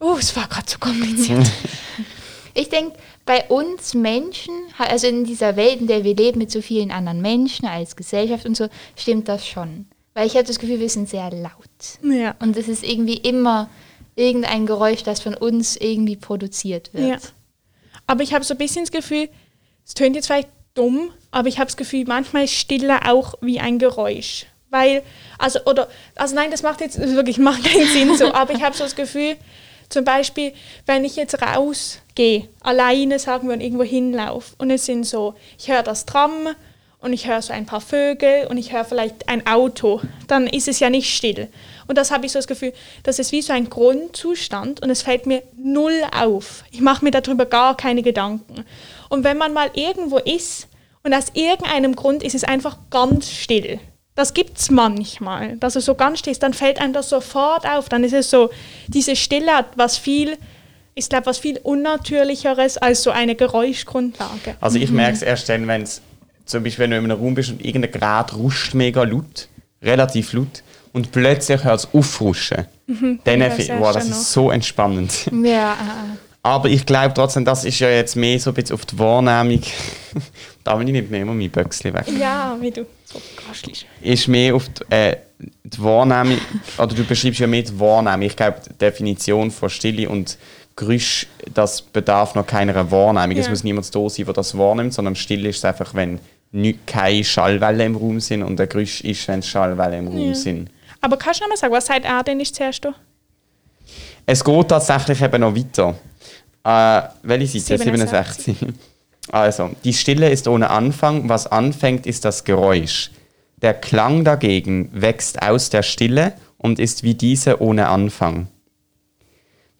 Oh, es war gerade so kompliziert. Ich denke, bei uns Menschen, also in dieser Welt, in der wir leben, mit so vielen anderen Menschen als Gesellschaft und so, stimmt das schon. Weil ich habe das Gefühl, wir sind sehr laut. ja. Und es ist irgendwie immer irgendein Geräusch, das von uns irgendwie produziert wird. Ja. Aber ich habe so ein bisschen das Gefühl, es tönt jetzt vielleicht dumm, aber ich habe das Gefühl, manchmal ist Stille auch wie ein Geräusch. Weil, also, oder, also nein, das macht jetzt <laughs> wirklich macht keinen Sinn so, aber ich habe so das Gefühl, zum Beispiel, wenn ich jetzt rausgehe, alleine, sagen wir, und irgendwo hinlaufe, und es sind so, ich höre das Tram und ich höre so ein paar Vögel und ich höre vielleicht ein Auto, dann ist es ja nicht still. Und das habe ich so das Gefühl, das ist wie so ein Grundzustand und es fällt mir null auf. Ich mache mir darüber gar keine Gedanken. Und wenn man mal irgendwo ist und aus irgendeinem Grund ist es einfach ganz still. Das gibt's manchmal, dass es so ganz still ist, dann fällt einem das sofort auf. Dann ist es so, diese Stille hat was viel, ich glaube, was viel unnatürlicheres als so eine Geräuschgrundlage. Also ich merke es erst dann, wenn es, zum Beispiel wenn du in einem Raum bist und irgendein Gerät ruscht mega laut, relativ laut, und plötzlich hört es aufrutschen. Dann Ja, fi- sehr wow, das schön noch. ist so entspannend. Ja, ah, ah. Aber ich glaube trotzdem, das ist ja jetzt mehr so ein bisschen auf die Wahrnehmung. <laughs> da will ich nicht mehr immer mein Böckchen weg. Ja, wie du so kastelst. Ist mehr auf die, äh, die Wahrnehmung, oder du beschreibst ja mehr die Wahrnehmung. Ich glaube, die Definition von Stille und Geräusch, das bedarf noch keiner Wahrnehmung. Es Ja. muss niemand da sein, der das wahrnimmt, sondern Stille ist es einfach, wenn nü- keine Schallwellen im Raum sind und ein Geräusch ist, wenn Schallwellen im Raum sind. Aber kannst du noch mal sagen, was sagt er denn ist zuerst da? Es geht tatsächlich eben noch weiter. Äh, welche Seite? 67. 67. Also, die Stille ist ohne Anfang, was anfängt, ist das Geräusch. Der Klang dagegen wächst aus der Stille und ist wie diese ohne Anfang.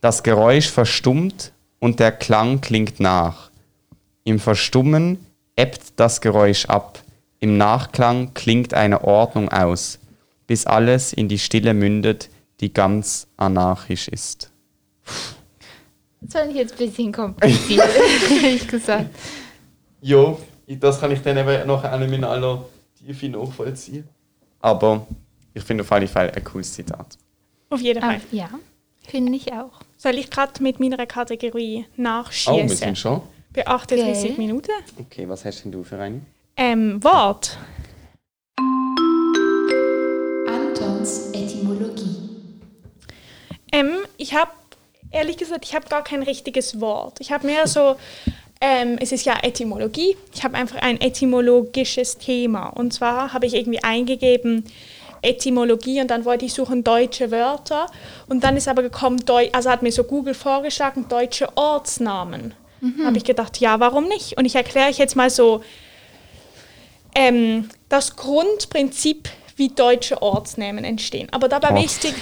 Das Geräusch verstummt und der Klang klingt nach. Im Verstummen ebbt das Geräusch ab, im Nachklang klingt eine Ordnung aus, bis alles in die Stille mündet, die ganz anarchisch ist. das fand ich jetzt ein bisschen kompliziert, <laughs> ehrlich gesagt. Jo, das kann ich dann eben nachher auch nicht in aller Tiefe nachvollziehen. Aber ich finde auf jeden Fall ein cooles Zitat. Auf jeden Aber, Fall. ja, finde ich auch. Soll ich gerade mit meiner Kategorie Oh, wir nachschießen? sind schon. Bei 38 Gell? Minuten. Okay, was hast denn du für eine? Ähm, Wort. Antons Etymologie. Ähm, ich habe, ehrlich gesagt, ich habe gar kein richtiges Wort. Ich habe mehr so, ähm, es ist ja Etymologie, ich habe einfach ein etymologisches Thema. Und zwar habe ich irgendwie eingegeben, Etymologie und dann wollte ich suchen deutsche Wörter und dann ist aber gekommen, Deu also hat mir so Google vorgeschlagen, deutsche Ortsnamen. Habe ich gedacht, ja, warum nicht? Und ich erkläre euch jetzt mal so ähm, das Grundprinzip, wie deutsche Ortsnamen entstehen. Aber dabei Orts- wichtig,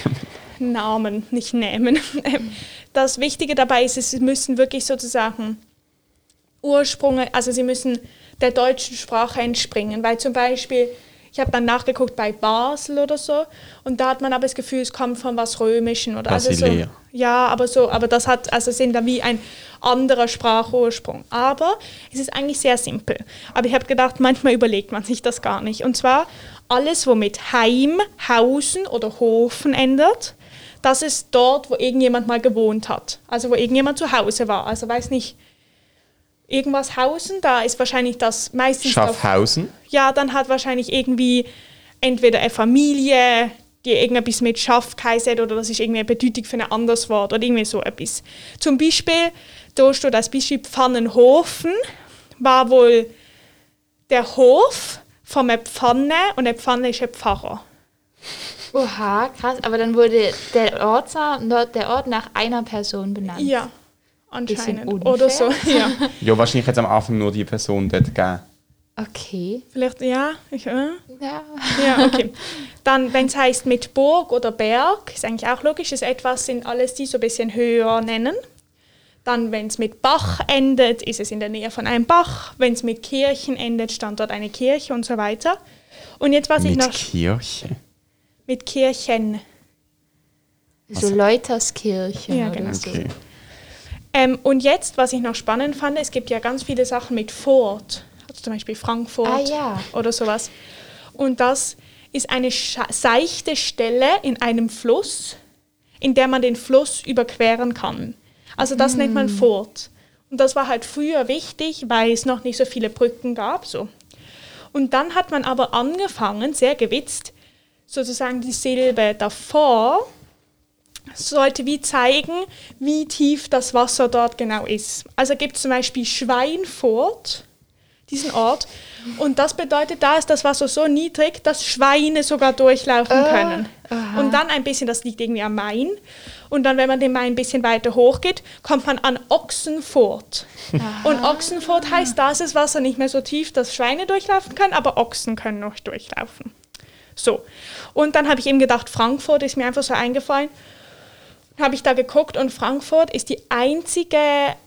Namen, nicht Namen. <laughs> Ähm, Das Wichtige dabei ist, es müssen wirklich sozusagen Ursprünge, also sie müssen der deutschen Sprache entspringen, weil zum Beispiel, ich habe dann nachgeguckt bei Basel oder so, und da hat man aber das Gefühl, es kommt von was Römischen oder also so. Basilea. Ja, aber so, aber das hat, also sind da wie ein anderer Sprachursprung. Aber es ist eigentlich sehr simpel. Aber ich habe gedacht, manchmal überlegt man sich das gar nicht. Und zwar alles, womit Heim, Hausen oder Hofen ändert, das ist dort, wo irgendjemand mal gewohnt hat. Also wo irgendjemand zu Hause war. Also weiß nicht, irgendwas Hausen, da ist wahrscheinlich das meistens auf- Schaffhausen. ja, dann hat wahrscheinlich irgendwie entweder eine Familie, die irgendetwas mit Schaff geheißen hat, oder das ist irgendwie eine Bedeutung für ein anderes Wort oder irgendwie so etwas. Zum Beispiel, da steht das Beispiel Pfannenhofen, war wohl der Hof von einer Pfanne und eine Pfanne ist ein Pfarrer. Oha, krass. Aber dann wurde der Ort, der Ort nach einer Person benannt. Ja, Bisschen anscheinend. Oder so. Ja. Ja, wahrscheinlich jetzt am Anfang nur die Person dort gegeben. Okay. Vielleicht, ja, ich, äh. Ja. Ja, okay. Dann, wenn es heißt mit Burg oder Berg, ist eigentlich auch logisch, ist etwas, sind alles die so ein bisschen höher nennen. Dann, wenn es mit Bach endet, ist es in der Nähe von einem Bach. Wenn es mit Kirchen endet, stand dort eine Kirche und so weiter. Und jetzt, was ich Mit noch Kirche. mit Kirchen. So Leuterskirchen Ja, oder genau. so. Okay. Ähm, und jetzt, was ich noch spannend fand, es gibt ja ganz viele Sachen mit Fort, also zum Beispiel Frankfurt Ah, ja. oder sowas. Und das ist eine scha- seichte Stelle in einem Fluss, in der man den Fluss überqueren kann. Also das nennt Mm. man Fort. Und das war halt früher wichtig, weil es noch nicht so viele Brücken gab. So. Und dann hat man aber angefangen, sehr gewitzt, sozusagen die Silbe davor sollte wie zeigen, wie tief das Wasser dort genau ist. Also gibt es zum Beispiel Schweinfurt, diesen Ort, und das bedeutet, da ist das Wasser so niedrig, dass Schweine sogar durchlaufen können. Und dann ein bisschen, das liegt irgendwie am Main, und dann, wenn man den Main ein bisschen weiter hochgeht, kommt man an Ochsenfurt. Und Ochsenfurt heißt, da ist das Wasser nicht mehr so tief, dass Schweine durchlaufen können, aber Ochsen können noch durchlaufen. So. Und dann habe ich eben gedacht, Frankfurt ist mir einfach so eingefallen habe ich da geguckt und Frankfurt ist die einzige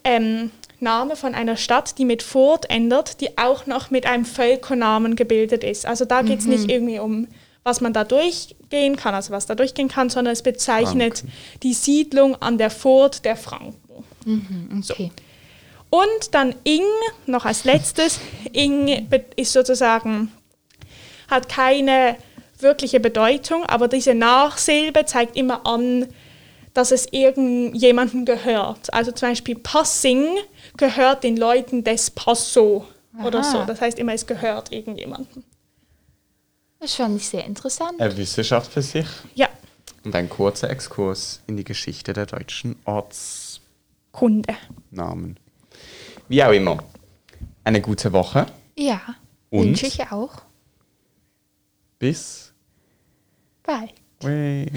ähm, Name von einer Stadt, die mit Furt ändert, die auch noch mit einem Völkernamen gebildet ist. Also da geht es nicht irgendwie um, was man da durchgehen kann, also was da durchgehen kann, sondern es bezeichnet die Siedlung an der Furt der Franken. Okay. Und dann Ing, noch als letztes. Ing be- ist sozusagen, hat keine wirkliche Bedeutung, aber diese Nachsilbe zeigt immer an, dass es irgendjemandem gehört. Also zum Beispiel Passing gehört den Leuten des Passo oder Aha. so. Das heißt immer, es gehört irgendjemandem. Das fand ich sehr interessant. Eine Wissenschaft für sich. Ja, Und ein kurzer Exkurs in die Geschichte der deutschen Ortsnamen. Kunde. Wie auch immer. Eine gute Woche. Ja. Und? Wünsche ich auch. Bis. Bald. Wait.